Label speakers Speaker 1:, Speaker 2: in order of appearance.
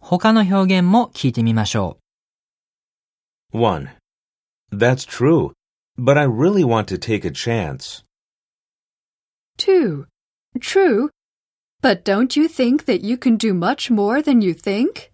Speaker 1: 他の表現も聞いてみましょ
Speaker 2: 1. That's true, but I really want to take a chance.
Speaker 3: 2. True, but don't you think that you can do much more than you think?